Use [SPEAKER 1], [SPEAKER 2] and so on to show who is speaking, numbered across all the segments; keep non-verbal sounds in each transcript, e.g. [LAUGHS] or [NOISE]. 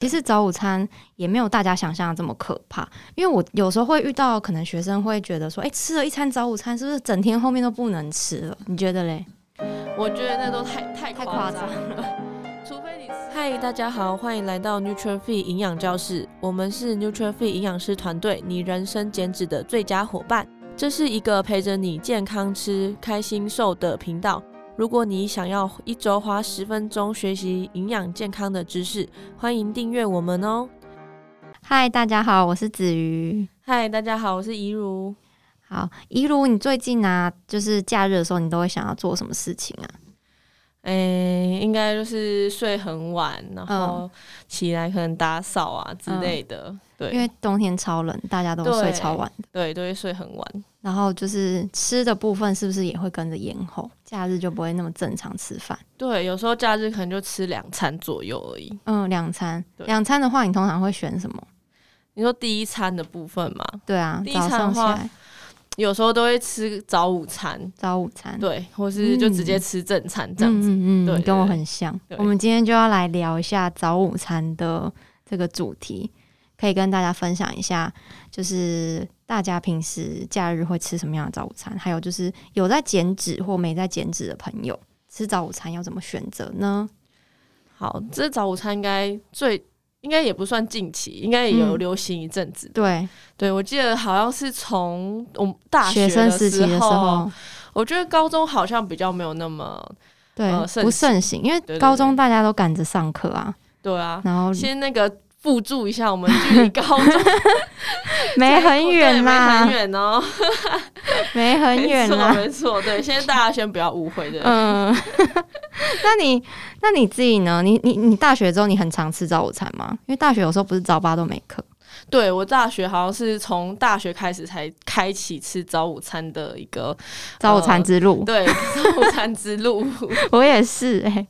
[SPEAKER 1] 其实早午餐也没有大家想象的这么可怕，因为我有时候会遇到，可能学生会觉得说，哎、吃了一餐早午餐，是不是整天后面都不能吃了？你觉得嘞？
[SPEAKER 2] 我觉得那都太太
[SPEAKER 1] 太
[SPEAKER 2] 夸
[SPEAKER 1] 夸
[SPEAKER 2] 张
[SPEAKER 1] 张
[SPEAKER 2] 了， [LAUGHS] 除非你是
[SPEAKER 3] 嗨，大家好，欢迎来到 Nutrify 营养教室，我们是 Nutrify 营养师团队，你人生减脂的最佳伙伴。这是一个陪着你健康吃、开心瘦的频道。如果你想要一周花十分钟学习营养健康的知识，欢迎订阅我们哦。
[SPEAKER 1] 嗨，大家好，我是子瑜。
[SPEAKER 3] 嗨，大家好，我是怡如。
[SPEAKER 1] 好，一如你最近啊，就是假日的时候，你都会想要做什么事情啊？
[SPEAKER 2] 诶、应该就是睡很晚，然后起来可能打扫啊之类的，
[SPEAKER 1] 因
[SPEAKER 2] 对
[SPEAKER 1] 为冬天超冷，大家都
[SPEAKER 2] 对
[SPEAKER 1] 睡超晚的。
[SPEAKER 2] 对，都会睡很晚。
[SPEAKER 1] 然后就是吃的部分，是不是也会跟着延后？假日就不会那么正常吃饭。
[SPEAKER 2] 对，有时候假日可能就吃两餐左右而已。
[SPEAKER 1] 嗯，两餐，
[SPEAKER 2] 对
[SPEAKER 1] 两餐的话，你通常会选什么？
[SPEAKER 2] 你说第一餐的部分嘛，
[SPEAKER 1] 对啊
[SPEAKER 2] 第，一
[SPEAKER 1] 早
[SPEAKER 2] 餐的
[SPEAKER 1] 上起
[SPEAKER 2] 话
[SPEAKER 1] 来
[SPEAKER 2] 有时候都会吃早午餐，
[SPEAKER 1] 早午餐，
[SPEAKER 2] 对，或是就直接
[SPEAKER 1] 嗯
[SPEAKER 2] 吃正餐这样子。
[SPEAKER 1] 嗯嗯
[SPEAKER 2] 对
[SPEAKER 1] 嗯，
[SPEAKER 2] 对
[SPEAKER 1] 你跟我很像
[SPEAKER 2] 对。
[SPEAKER 1] 我们今天就要来聊一下早午餐的这个主题，可以跟大家分享一下，就是大家平时假日会吃什么样的早午餐，还有就是有在减脂或没在减脂的朋友，吃早午餐要怎么选择呢？
[SPEAKER 2] 好，这早午餐应该最应该也不算近期，应该也有
[SPEAKER 1] 嗯
[SPEAKER 2] 流行一阵子。
[SPEAKER 1] 对，
[SPEAKER 2] 对，我记得好像是从我们大
[SPEAKER 1] 学生时期的时
[SPEAKER 2] 候，
[SPEAKER 1] 候，
[SPEAKER 2] 我觉得高中好像比较没有那么
[SPEAKER 1] 对
[SPEAKER 2] 呃，盛
[SPEAKER 1] 不盛行，因
[SPEAKER 2] 对
[SPEAKER 1] 为
[SPEAKER 2] 对
[SPEAKER 1] 高中大家都赶着上课啊，
[SPEAKER 2] 对啊。
[SPEAKER 1] 然后
[SPEAKER 2] 先那个附注一下，我们距离高中
[SPEAKER 1] [LAUGHS] 没很远
[SPEAKER 2] 对没很
[SPEAKER 1] 啦，
[SPEAKER 2] 远哦，
[SPEAKER 1] 没很远
[SPEAKER 2] 没错
[SPEAKER 1] 啦，
[SPEAKER 2] 没错，对，现在大家先不要误会的。
[SPEAKER 1] 嗯， [LAUGHS] 那你那你自己呢？你你你大学之后，你很常吃早午餐吗？因为大学有时候不是早八都没课。
[SPEAKER 2] 对我大学好像是从大学开始才开启吃早午餐的一个
[SPEAKER 1] 早午餐之路，
[SPEAKER 2] 呃对 [LAUGHS] 早午餐之路，
[SPEAKER 1] 我也是哎、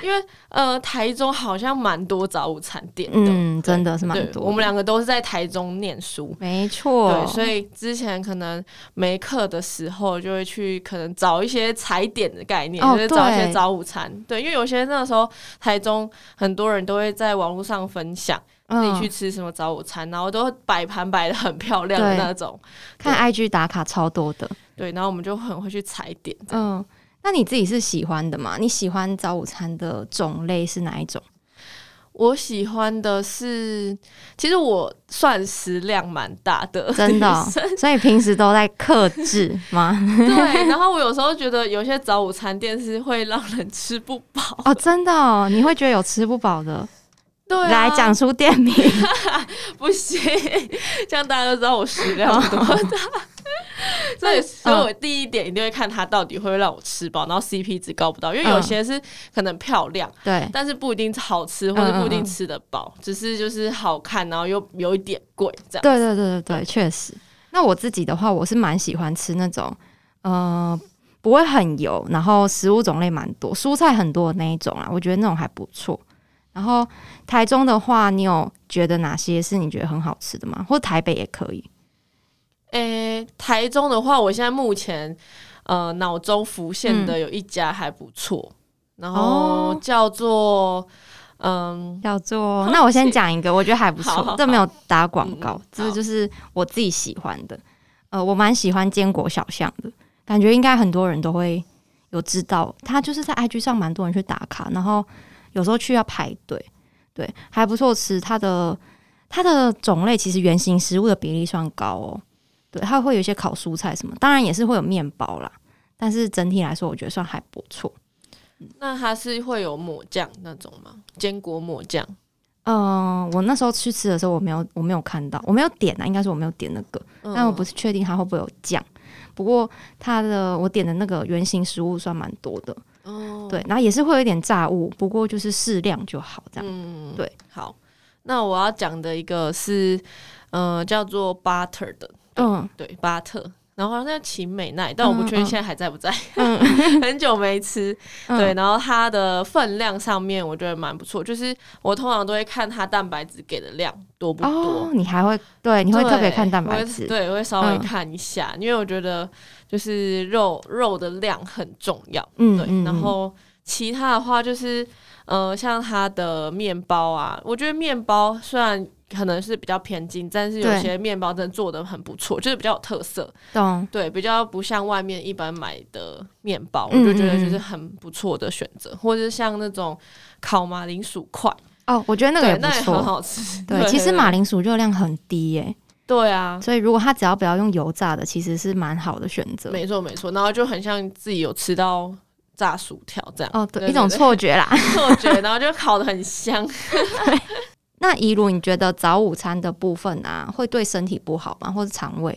[SPEAKER 2] 因为呃，台中好像蛮多早午餐店的，
[SPEAKER 1] 嗯，真的是蛮
[SPEAKER 2] 对，
[SPEAKER 1] 多的。
[SPEAKER 2] 我们两个都是在台中念书，
[SPEAKER 1] 没错，
[SPEAKER 2] 对，所以之前可能没课的时候，就会去可能找一些踩点的概念，
[SPEAKER 1] 哦
[SPEAKER 2] 就是找一些
[SPEAKER 1] 对
[SPEAKER 2] 早午餐。对，因为有些那个时候台中很多人都会在网络上分享自己去
[SPEAKER 1] 嗯、
[SPEAKER 2] 吃什么早午餐，然后都摆盘摆的很漂亮的
[SPEAKER 1] 对
[SPEAKER 2] 那种。
[SPEAKER 1] 看 IG 打卡超多的。
[SPEAKER 2] 对，然后我们就很会去踩点。
[SPEAKER 1] 嗯，那你自己是喜欢的吗？你喜欢早午餐的种类是哪一种？
[SPEAKER 2] 我喜欢的是，其实我算食量蛮大的，
[SPEAKER 1] 真的
[SPEAKER 2] [LAUGHS]
[SPEAKER 1] 哦、所以平时都在克制吗？
[SPEAKER 2] 对。然后我有时候觉得有些早午餐店是会让人吃不饱。
[SPEAKER 1] [LAUGHS] 哦，真的哦，你会觉得有吃不饱的。
[SPEAKER 2] 对、啊，
[SPEAKER 1] 来讲出店名， [LAUGHS]
[SPEAKER 2] 不行，这样大家都知道我食量有多大。
[SPEAKER 1] 哦
[SPEAKER 2] [LAUGHS] 所以，
[SPEAKER 1] 嗯
[SPEAKER 2] 所以我第一点一定会看它到底会不会让我吃饱，然后 CP 值高不高，因
[SPEAKER 1] 嗯
[SPEAKER 2] 为有些是可能漂亮，
[SPEAKER 1] 对，
[SPEAKER 2] 但是不一定好吃，
[SPEAKER 1] 嗯
[SPEAKER 2] 或者不一定吃得饱，只是就是好看，然后又有一点贵这样。
[SPEAKER 1] 对对对对对，确实。那我自己的话，我是蛮喜欢吃那种，呃，不会很油，然后食物种类蛮多，蔬菜很多的那一种啊，我觉得那种还不错。然后台中的话，你有觉得哪些是你觉得很好吃的吗？或者台北也可以。
[SPEAKER 2] 诶、台中的话，我现在目前呃脑中浮现的有一家还不错，然后
[SPEAKER 1] 哦
[SPEAKER 2] 叫做嗯。
[SPEAKER 1] 叫做，那我先讲一个，我觉得还不
[SPEAKER 2] 好好好
[SPEAKER 1] 错，这没有打广告
[SPEAKER 2] 嗯嗯，
[SPEAKER 1] 这就是我自己喜欢的。呃，我蛮喜欢坚果小巷的，感觉应该很多人都会有知道，它就是在 IG 上蛮多人去打卡，然后有时候去要排队，对，还不错吃。它的它的种类其实原型食物的比例算高哦，对，它会有一些烤蔬菜什么，当然也是会有面包啦，但是整体来说我觉得算还不错。
[SPEAKER 2] 那它是会有抹酱那种吗？坚果抹酱
[SPEAKER 1] 嗯，我那时候去吃的时候，我没有我没有看到，我没有点啊，应该是我没有点那个，
[SPEAKER 2] 嗯
[SPEAKER 1] 但我不是确定它会不会有酱。不过它的我点的那个圆形食物算蛮多的，
[SPEAKER 2] 哦，
[SPEAKER 1] 对，然后也是会有一点炸物，不过就是适量就好这样。
[SPEAKER 2] 嗯
[SPEAKER 1] 对。
[SPEAKER 2] 好，那我要讲的一个是，呃，叫做 butter 的，
[SPEAKER 1] 嗯
[SPEAKER 2] 对，巴特。然后好像叫秦美奈，但我不确定
[SPEAKER 1] 嗯嗯
[SPEAKER 2] 现在还在不在，
[SPEAKER 1] 嗯 [LAUGHS]
[SPEAKER 2] 很久没吃。
[SPEAKER 1] 嗯
[SPEAKER 2] 对，然后它的分量上面我觉得蛮不错，就是我通常都会看它蛋白质给的量多不多。
[SPEAKER 1] 哦，你还会对，你会特别
[SPEAKER 2] 对
[SPEAKER 1] 看蛋白
[SPEAKER 2] 我会
[SPEAKER 1] 质，
[SPEAKER 2] 对，我会稍微
[SPEAKER 1] 嗯
[SPEAKER 2] 看一下，因为我觉得就是肉肉的量很重要。
[SPEAKER 1] 嗯
[SPEAKER 2] 对，
[SPEAKER 1] 嗯，
[SPEAKER 2] 然后其他的话就是，呃，像它的面包啊，我觉得面包虽然可能是比较偏精，但是有
[SPEAKER 1] 对
[SPEAKER 2] 些面包真的做的很不错，就是比较有特色，
[SPEAKER 1] 懂。
[SPEAKER 2] 对，比较不像外面一般买的面包，我
[SPEAKER 1] 嗯
[SPEAKER 2] 就觉得
[SPEAKER 1] 嗯嗯
[SPEAKER 2] 就是很不错的选择，或者是像那种烤马铃薯块，
[SPEAKER 1] 哦，我觉得那个
[SPEAKER 2] 对
[SPEAKER 1] 也，不
[SPEAKER 2] 那也很
[SPEAKER 1] 错。
[SPEAKER 2] 好吃。
[SPEAKER 1] 对，其实马
[SPEAKER 2] 铃
[SPEAKER 1] 铃薯热量很低耶、
[SPEAKER 2] 对啊，
[SPEAKER 1] 所以如果它只要不要用油炸的，其实是蛮好的选择。
[SPEAKER 2] 没错没错，然后就很像自己有吃到炸薯条这样， [LAUGHS]
[SPEAKER 1] 哦，对，一种错觉啦。
[SPEAKER 2] 错觉，然后就烤的很香。
[SPEAKER 1] 那一如，你觉得早午餐的部分啊，会对身体不好吗？或者肠胃？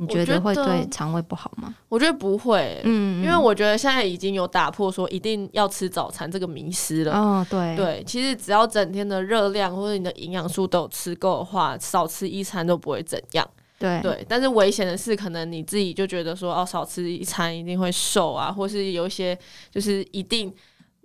[SPEAKER 1] 你觉
[SPEAKER 2] 我觉得
[SPEAKER 1] 得会对肠胃不好吗？
[SPEAKER 2] 我觉得不会、
[SPEAKER 1] 嗯，
[SPEAKER 2] 因为我觉得现在已经有打破说一定要吃早餐这个迷失了。
[SPEAKER 1] 哦，对，
[SPEAKER 2] 对，其实只要整天的热量或者你的营养素都有吃够的话，少吃一餐都不会怎样。
[SPEAKER 1] 对
[SPEAKER 2] 对，但是危险的是，可能你自己就觉得说，哦，少吃一餐一定会瘦啊，或是有一些就是一定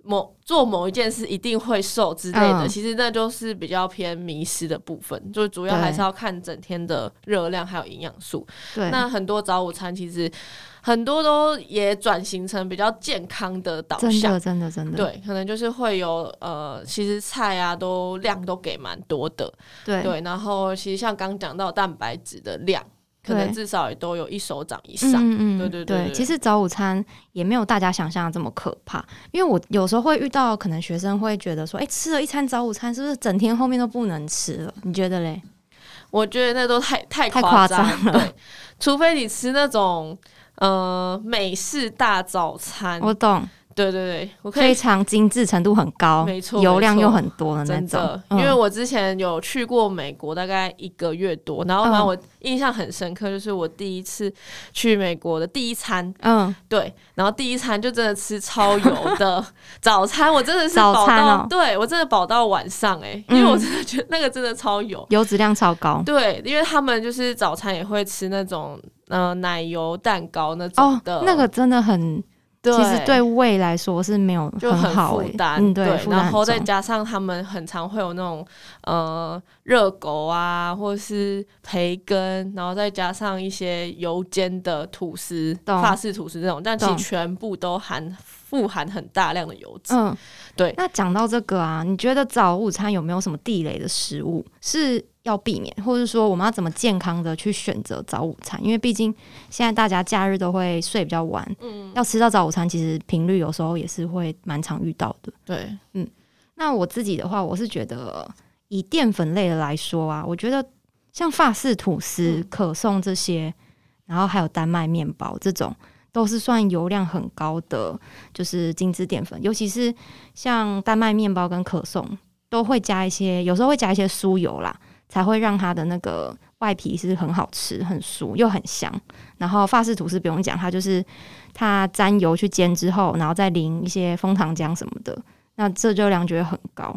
[SPEAKER 2] 某做某一件事一定会瘦之类的。
[SPEAKER 1] 嗯
[SPEAKER 2] 其实那就是比较偏迷失的部分，就主要
[SPEAKER 1] 对
[SPEAKER 2] 还是要看整天的热量还有营养素。
[SPEAKER 1] 对
[SPEAKER 2] 那很多早午餐其实很多都也转型成比较健康的导
[SPEAKER 1] 真
[SPEAKER 2] 向
[SPEAKER 1] 的，。真的，真的，
[SPEAKER 2] 对，可能就是会有呃，其实菜啊都量都给蛮多的，
[SPEAKER 1] 对
[SPEAKER 2] 对，然后其实像刚讲到蛋白质的量，可
[SPEAKER 1] 对
[SPEAKER 2] 能至少也都有一手掌以上。
[SPEAKER 1] 嗯嗯嗯，
[SPEAKER 2] 对对对对
[SPEAKER 1] 其实早午餐也没有大家想象的这么可怕，因为我有时候会遇到，可能学生会觉得说，哎、吃了一餐早午餐，是不是整天后面都不能吃了？你觉得嘞？
[SPEAKER 2] 我觉得那都太太
[SPEAKER 1] 太
[SPEAKER 2] 夸
[SPEAKER 1] 夸
[SPEAKER 2] 张
[SPEAKER 1] 张
[SPEAKER 2] 了，对，除非你吃那种呃美式大早餐，
[SPEAKER 1] 我懂，
[SPEAKER 2] 对对对，我可以
[SPEAKER 1] 非常精致程度很高，
[SPEAKER 2] 没错
[SPEAKER 1] 油量
[SPEAKER 2] 没错
[SPEAKER 1] 又很多的那
[SPEAKER 2] 真
[SPEAKER 1] 种
[SPEAKER 2] 的，，因为
[SPEAKER 1] 嗯
[SPEAKER 2] 我之前有去过美国，大概一个月多，然后反正
[SPEAKER 1] 嗯
[SPEAKER 2] 我印象很深刻，就是我第一次去美国的第一餐，
[SPEAKER 1] 嗯，
[SPEAKER 2] 对，然后第一餐就真的吃超油
[SPEAKER 1] [LAUGHS]
[SPEAKER 2] 的早餐，我真的是
[SPEAKER 1] 早
[SPEAKER 2] 饱
[SPEAKER 1] 餐
[SPEAKER 2] 到，
[SPEAKER 1] 哦嗯
[SPEAKER 2] 对我真的饱到晚上哎、欸，因为我真的觉得那个真的超油。
[SPEAKER 1] 油脂量超高。
[SPEAKER 2] 对，因为他们就是早餐也会吃那种呃奶油蛋糕那种
[SPEAKER 1] 哦
[SPEAKER 2] 的，，
[SPEAKER 1] 那个真的很，
[SPEAKER 2] 对
[SPEAKER 1] 其实对胃来说是没有
[SPEAKER 2] [LAUGHS] 就很
[SPEAKER 1] 好
[SPEAKER 2] 负
[SPEAKER 1] 诶、
[SPEAKER 2] 担，
[SPEAKER 1] 嗯，
[SPEAKER 2] 对，
[SPEAKER 1] 负担
[SPEAKER 2] 然
[SPEAKER 1] 很
[SPEAKER 2] 后再
[SPEAKER 1] 重
[SPEAKER 2] 加上他们很常会有那种呃热狗啊，或是培根，然后再加上一些油煎的吐司、
[SPEAKER 1] 懂
[SPEAKER 2] 法式吐司这种，但其实
[SPEAKER 1] 懂
[SPEAKER 2] 全部都含富含很大量的油脂。
[SPEAKER 1] 嗯，
[SPEAKER 2] 对
[SPEAKER 1] 那讲到这个啊，你觉得早午餐有没有什么地雷的食物是要避免，或者说我们要怎么健康的去选择早午餐？因为毕竟现在大家假日都会睡比较晚，嗯，要吃到早午餐，其实频率有时候也是会蛮常遇到的。
[SPEAKER 2] 对，
[SPEAKER 1] 那我自己的话，我是觉得以淀粉类的来说啊，我觉得像法式吐司、
[SPEAKER 2] 嗯
[SPEAKER 1] 可颂这些，然后还有丹麦面包这种，都是算油量很高的，就是精致淀粉。尤其是像丹麦面包跟可颂，都会加一些，有时候会加一些酥油啦，才会让它的那个外皮是很好吃、很酥又很香。然后法式吐司不用讲，它就是它沾油去煎之后，然后再淋一些枫糖浆什么的，那这热量就会很高。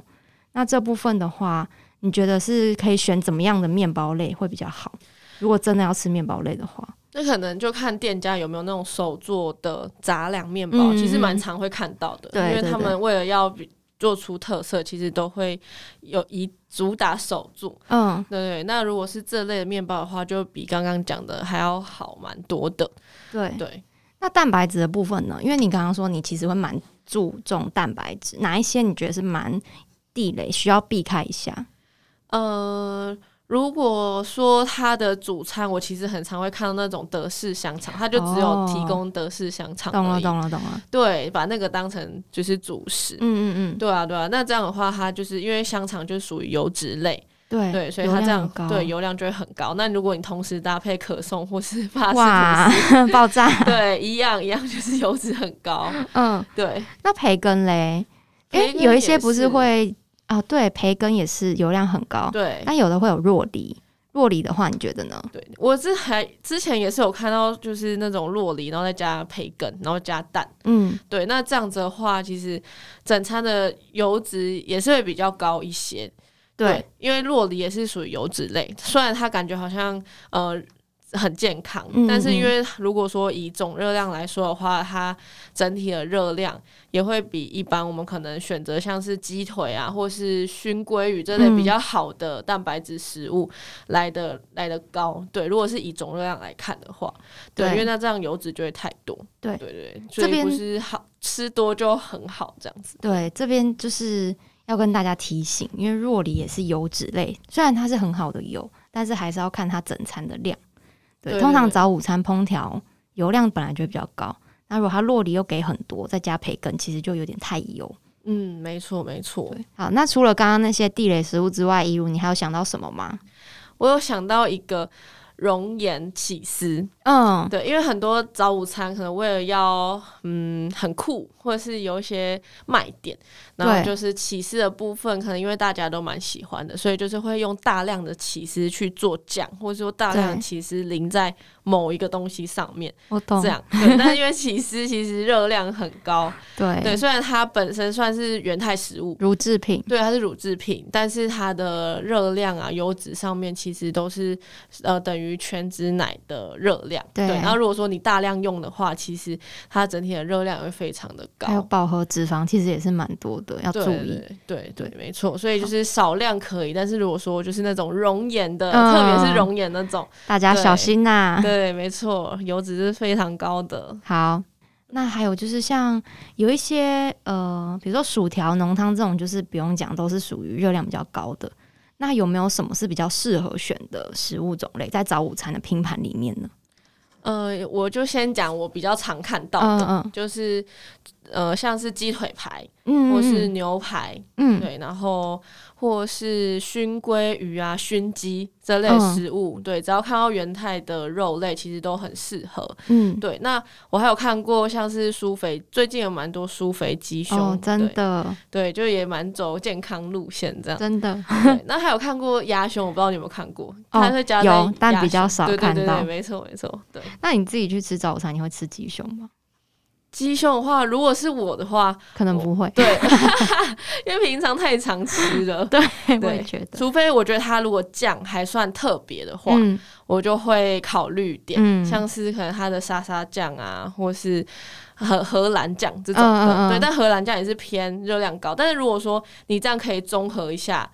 [SPEAKER 1] 那这部分的话，你觉得是可以选怎么样的面包类会比较好？如果真的要吃面包类的话，
[SPEAKER 2] 那可能就看店家有没有那种手做的杂粮面包，
[SPEAKER 1] 嗯
[SPEAKER 2] 其实蛮常会看到的，
[SPEAKER 1] 对
[SPEAKER 2] 因为
[SPEAKER 1] 对
[SPEAKER 2] 他
[SPEAKER 1] 对
[SPEAKER 2] 们为了要比做出特色，其实都会有以主打手做。
[SPEAKER 1] 嗯，
[SPEAKER 2] 对对，那如果是这类的面包的话，就比刚刚讲的还要好蛮多的。
[SPEAKER 1] 对。
[SPEAKER 2] 对，
[SPEAKER 1] 那蛋白质的部分呢？因为你刚刚说你其实会蛮注重蛋白质，哪一些你觉得是蛮地雷，需要避开一下？
[SPEAKER 2] 呃，如果说它的主餐，我其实很常会看到那种德式香肠，它就只有提供德式香
[SPEAKER 1] 哦
[SPEAKER 2] 肠
[SPEAKER 1] 懂
[SPEAKER 2] 而
[SPEAKER 1] 了，
[SPEAKER 2] 已。
[SPEAKER 1] 懂了，懂了。
[SPEAKER 2] 对，把那个当成就是主食。
[SPEAKER 1] 嗯嗯嗯，
[SPEAKER 2] 对啊，对啊，那这样的话，它就是因为香肠就是属于油脂类，
[SPEAKER 1] 对
[SPEAKER 2] 对，所以
[SPEAKER 1] 哎油
[SPEAKER 2] 它这
[SPEAKER 1] 量
[SPEAKER 2] 样
[SPEAKER 1] 很高
[SPEAKER 2] 对油量就会很高。那如果你同时搭配可颂或是法式
[SPEAKER 1] 哇， [LAUGHS] 爆
[SPEAKER 2] [LAUGHS]
[SPEAKER 1] 炸。
[SPEAKER 2] 吐司，对，一样一样就是油脂很高。
[SPEAKER 1] 嗯，
[SPEAKER 2] 对，
[SPEAKER 1] 那培根嘞？诶
[SPEAKER 2] 培，根
[SPEAKER 1] 有一
[SPEAKER 2] 也
[SPEAKER 1] 些不
[SPEAKER 2] 是
[SPEAKER 1] 是会啊、对，培根也是油量很高，
[SPEAKER 2] 对，
[SPEAKER 1] 但有的会有弱梨。弱梨的话，你觉得呢？
[SPEAKER 2] 对，我之还之前也是有看到，就是那种洛梨，然后再加培根，然后加蛋。
[SPEAKER 1] 嗯，
[SPEAKER 2] 对，那这样子的话，其实整餐的油脂也是会比较高一些。
[SPEAKER 1] 对，，
[SPEAKER 2] 因为洛梨也是属于油脂类，虽然它感觉好像呃很健康，
[SPEAKER 1] 嗯
[SPEAKER 2] 但是因为如果说以总热量来说的话，它整体的热量也会比一般我们可能选择像是鸡腿啊，或是熏鲑鱼这类
[SPEAKER 1] 嗯
[SPEAKER 2] 比较好的蛋白质食物来的、来的高。对，如果是以总热量来看的话，对，
[SPEAKER 1] 对
[SPEAKER 2] 因为那这样油脂就会太多。
[SPEAKER 1] 对
[SPEAKER 2] 对对，
[SPEAKER 1] 这
[SPEAKER 2] 所以
[SPEAKER 1] 边
[SPEAKER 2] 不是好吃多就很好这样子。
[SPEAKER 1] 对，这边就是要跟大家提醒，因为若梨也是油脂类，虽然它是很好的油，但是还是要看它整餐的量。对，
[SPEAKER 2] 对
[SPEAKER 1] 通常
[SPEAKER 2] 对对
[SPEAKER 1] 早午餐烹调油量本来就会比较高，那如果它若梨又给很多，再加培根，其实就有点太油。
[SPEAKER 2] 嗯，没错没错。
[SPEAKER 1] 对，好，那除了刚刚那些地雷食物之外，一如你还有想到什么吗？
[SPEAKER 2] 我有想到一个熔岩起司，
[SPEAKER 1] 嗯，
[SPEAKER 2] 对，因为很多早午餐可能为了要嗯很酷，或者是有一些卖点，然后
[SPEAKER 1] 对
[SPEAKER 2] 就是起司的部分，可能因为大家都蛮喜欢的，所以就是会用大量的起司去做酱，或者说大量的
[SPEAKER 1] 对
[SPEAKER 2] 起司淋在某一个东西上面，
[SPEAKER 1] 我懂
[SPEAKER 2] 这。样。
[SPEAKER 1] [LAUGHS]
[SPEAKER 2] 对，但因为起司其实热量很高，
[SPEAKER 1] 对
[SPEAKER 2] 对，虽然它本身算是原态食物，
[SPEAKER 1] 乳制品，
[SPEAKER 2] 对，它是乳制品，但是它的热量啊、油脂上面其实都是呃等于全脂奶的热量。
[SPEAKER 1] 对
[SPEAKER 2] 然后如果说你大量用的话，其实它整体的热量也会非常的
[SPEAKER 1] 还有
[SPEAKER 2] 高。
[SPEAKER 1] 饱和脂肪，其实也是蛮多的，要
[SPEAKER 2] 对
[SPEAKER 1] 注意。
[SPEAKER 2] 对对对，没错。所以就是少量可以，但是如果说就是那种熔岩的，
[SPEAKER 1] 嗯
[SPEAKER 2] 特别是熔岩那种，
[SPEAKER 1] 大家
[SPEAKER 2] 对
[SPEAKER 1] 小心呐、
[SPEAKER 2] 对，没错，油脂是非常高的。
[SPEAKER 1] 好，那还有就是像有一些呃，比如说薯条、浓汤这种，就是不用讲，都是属于热量比较高的。那有没有什么是比较适合选的食物种类，在早午餐的拼盘里面呢？
[SPEAKER 2] 呃，我就先讲我比较常看到
[SPEAKER 1] 嗯
[SPEAKER 2] 的，
[SPEAKER 1] 嗯
[SPEAKER 2] 就是呃，像是鸡腿排
[SPEAKER 1] 嗯，
[SPEAKER 2] 或是牛排，
[SPEAKER 1] 嗯
[SPEAKER 2] 对，然后或是熏鲑鱼啊、熏鸡这类
[SPEAKER 1] 嗯
[SPEAKER 2] 食物，对，只要看到原态的肉类，其实都很适合。
[SPEAKER 1] 嗯，
[SPEAKER 2] 对，那我还有看过像是苏肥，最近有蛮多苏肥鸡胸，
[SPEAKER 1] 哦，真的
[SPEAKER 2] 对，对，就也蛮走健康路线这样。
[SPEAKER 1] 真的，
[SPEAKER 2] 对，那还有看过鸭胸，我不知道你有没有看过，
[SPEAKER 1] 哦
[SPEAKER 2] 它会加在
[SPEAKER 1] 有但
[SPEAKER 2] 鸭
[SPEAKER 1] 比较
[SPEAKER 2] 胸
[SPEAKER 1] 少
[SPEAKER 2] 对
[SPEAKER 1] 看
[SPEAKER 2] 对对
[SPEAKER 1] 到
[SPEAKER 2] 对，没错没错，对。
[SPEAKER 1] 那你自己去吃早餐，你会吃鸡胸吗？
[SPEAKER 2] 鸡胸的话，如果是我的话，
[SPEAKER 1] 可能
[SPEAKER 2] 我
[SPEAKER 1] 不会，
[SPEAKER 2] 对，因为平常太常吃了， [LAUGHS]
[SPEAKER 1] 对 [LAUGHS] 我
[SPEAKER 2] 对
[SPEAKER 1] 也觉得，
[SPEAKER 2] 除非我觉得它如果酱还算特别的话，
[SPEAKER 1] 嗯
[SPEAKER 2] 我就会考虑点，
[SPEAKER 1] 嗯
[SPEAKER 2] 像是可能它的沙沙酱啊，或是荷荷兰酱这种的，
[SPEAKER 1] 嗯嗯嗯
[SPEAKER 2] 对。但荷兰酱也是偏热量高，但是如果说你这样可以综合一下。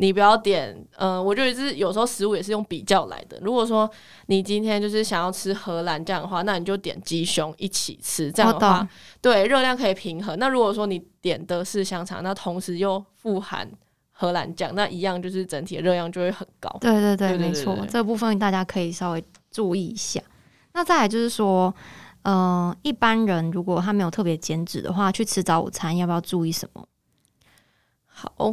[SPEAKER 2] 你不要点，呃，我觉得是有时候食物也是用比较来的。如果说你今天就是想要吃荷兰酱的话，那你就点鸡胸一起吃，这样
[SPEAKER 1] 我
[SPEAKER 2] 的话
[SPEAKER 1] 哦懂，，
[SPEAKER 2] 对热量可以平衡。那如果说你点的是香肠，那同时又富含荷兰酱，那一样就是整体的热量就会很高。
[SPEAKER 1] 对对
[SPEAKER 2] 对
[SPEAKER 1] 对，
[SPEAKER 2] 对
[SPEAKER 1] 没
[SPEAKER 2] 对
[SPEAKER 1] 错
[SPEAKER 2] 对，
[SPEAKER 1] 这部分大家可以稍微注意一下。那再来就是说，呃，一般人如果他没有特别减脂的话，去吃早午餐要不要注意什么？
[SPEAKER 2] 好，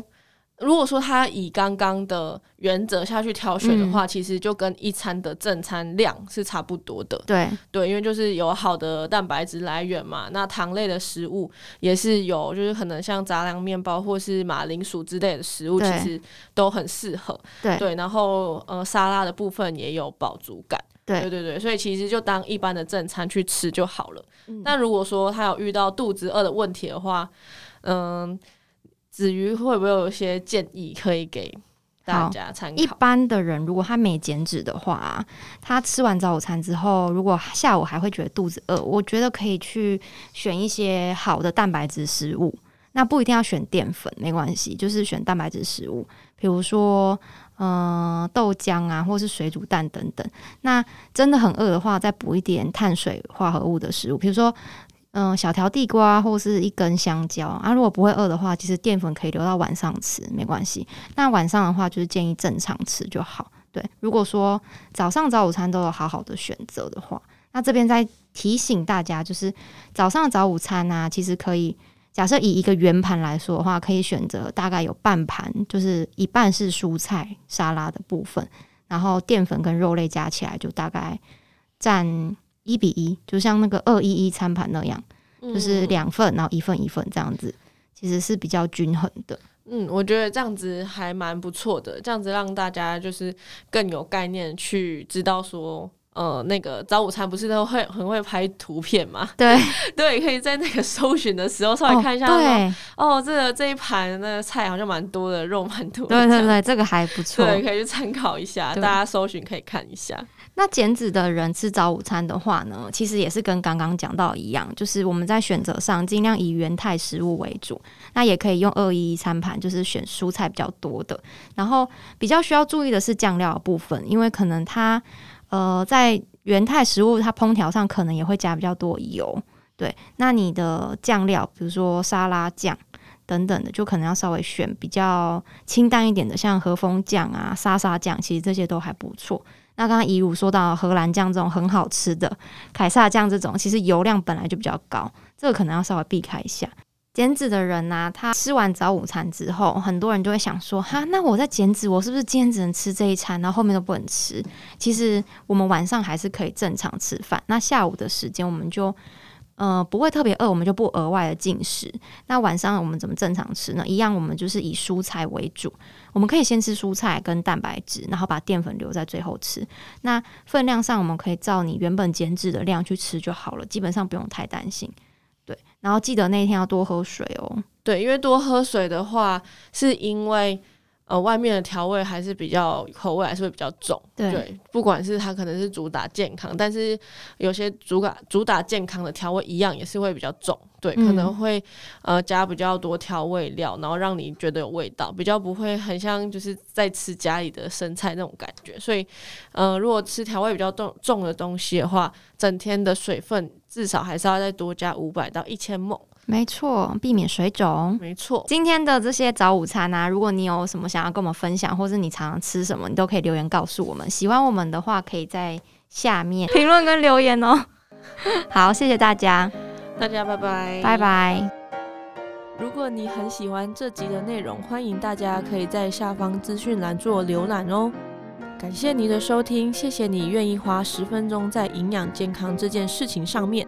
[SPEAKER 2] 如果说他以刚刚的原则下去挑选的
[SPEAKER 1] 嗯
[SPEAKER 2] 话，其实就跟一餐的正餐量是差不多的。
[SPEAKER 1] 对，
[SPEAKER 2] 对，因为就是有好的蛋白质来源嘛，那糖类的食物也是有，就是可能像杂粮面包或是马铃薯之类的食物，其
[SPEAKER 1] 对
[SPEAKER 2] 实都很适合。
[SPEAKER 1] 对
[SPEAKER 2] 对，然后呃，沙拉的部分也有饱足感。
[SPEAKER 1] 对
[SPEAKER 2] 对对对，所以其实就当一般的正餐去吃就好了。
[SPEAKER 1] 嗯
[SPEAKER 2] 那如果说他有遇到肚子饿的问题的话，嗯，子瑜会不会有一些建议可以给大
[SPEAKER 1] 好
[SPEAKER 2] 家参
[SPEAKER 1] 一
[SPEAKER 2] 考？
[SPEAKER 1] 般的人如果他没减脂的话，他吃完早午餐之后，如果下午还会觉得肚子饿，我觉得可以去选一些好的蛋白质食物。那不一定要选淀粉，没关系，就是选蛋白质食物，比如说，呃，豆浆啊，或是水煮蛋等等。那真的很饿的话，再补一点碳水化合物的食物，比如说，嗯、小条地瓜或是一根香蕉啊。如果不会饿的话，其实淀粉可以留到晚上吃，没关系。那晚上的话，就是建议正常吃就好。对，如果说早上早午餐都有好好的选择的话，那这边再提醒大家，就是早上早午餐啊，其实可以假设以一个圆盘来说的话，可以选择大概有半盘，就是一半是蔬菜沙拉的部分，然后淀粉跟肉类加起来就大概占一比一，就像那个二一一餐盘那样，
[SPEAKER 2] 嗯
[SPEAKER 1] 就是两份，然后一份一份这样子，其实是比较均衡的。
[SPEAKER 2] 嗯，我觉得这样子还蛮不错的，这样子让大家就是更有概念去知道说，呃，那个早午餐不是都会很会拍图片
[SPEAKER 1] [LAUGHS]
[SPEAKER 2] 嘛？
[SPEAKER 1] 对，
[SPEAKER 2] 对，可以在那个搜寻的时候稍微看一下
[SPEAKER 1] 哦
[SPEAKER 2] 说，
[SPEAKER 1] 对
[SPEAKER 2] 哦，这个这一盘那个菜好像蛮多的，肉蛮多的
[SPEAKER 1] 对
[SPEAKER 2] 这
[SPEAKER 1] 对
[SPEAKER 2] 样，
[SPEAKER 1] 对，这个还不错。
[SPEAKER 2] 对，可以去参考一下，大
[SPEAKER 1] 对
[SPEAKER 2] 家搜寻可以看一下。
[SPEAKER 1] 那减脂的人吃早午餐的话呢，其实也是跟刚刚讲到一样，就是我们在选择上尽量以原态食物为主，那也可以用二一一餐盘，就是选蔬菜比较多的。然后比较需要注意的是酱料的部分，因为可能它呃在原态食物它烹调上可能也会加比较多油，对。那你的酱料，比如说沙拉酱。等等的，就可能要稍微选比较清淡一点的，像和风酱啊、沙沙酱，其实这些都还不错。那刚刚怡如说到荷兰酱这种很好吃的，凯撒酱这种其实油量本来就比较高，这个可能要稍微避开一下。减脂的人呢、他吃完早午餐之后，很多人就会想说，哈，那我在减脂，我是不是今天只能吃这一餐，然后后面都不能吃？其实我们晚上还是可以正常吃饭，那下午的时间我们就。呃，不会特别饿，我们就不额外的进食。那晚上我们怎么正常吃呢？一样，我们就是以蔬菜为主。我们可以先吃蔬菜跟蛋白质，然后把淀粉留在最后吃。那分量上，我们可以照你原本减脂的量去吃就好了，基本上不用太担心。对，然后记得那一天要多喝水哦。
[SPEAKER 2] 对，因为多喝水的话，是因为呃外面的调味还是比较口味还是会比较重。
[SPEAKER 1] 对
[SPEAKER 2] 不管是它可能是主打健康，但是有些主打主打健康的调味一样也是会比较重。对，
[SPEAKER 1] 嗯
[SPEAKER 2] 可能会呃加比较多调味料，然后让你觉得有味道，比较不会很像就是在吃家里的生菜那种感觉。所以呃，如果吃调味比较重重的东西的话，整天的水分至少还是要再多加五百到一千梦。
[SPEAKER 1] 没错，避免水肿。
[SPEAKER 2] 没错。
[SPEAKER 1] 今天的这些早午餐啊，如果你有什么想要跟我们分享，或是你常常吃什么，你都可以留言告诉我们。喜欢我们的话，可以在下面评论跟留言哦。 [LAUGHS] 好，谢谢大家，
[SPEAKER 2] 大家拜拜，
[SPEAKER 1] 拜。拜。
[SPEAKER 3] 如果你很喜欢这集的内容，欢迎大家可以在下方资讯栏做浏览哦。感谢你的收听，谢谢你愿意花十分钟在营养健康这件事情上面。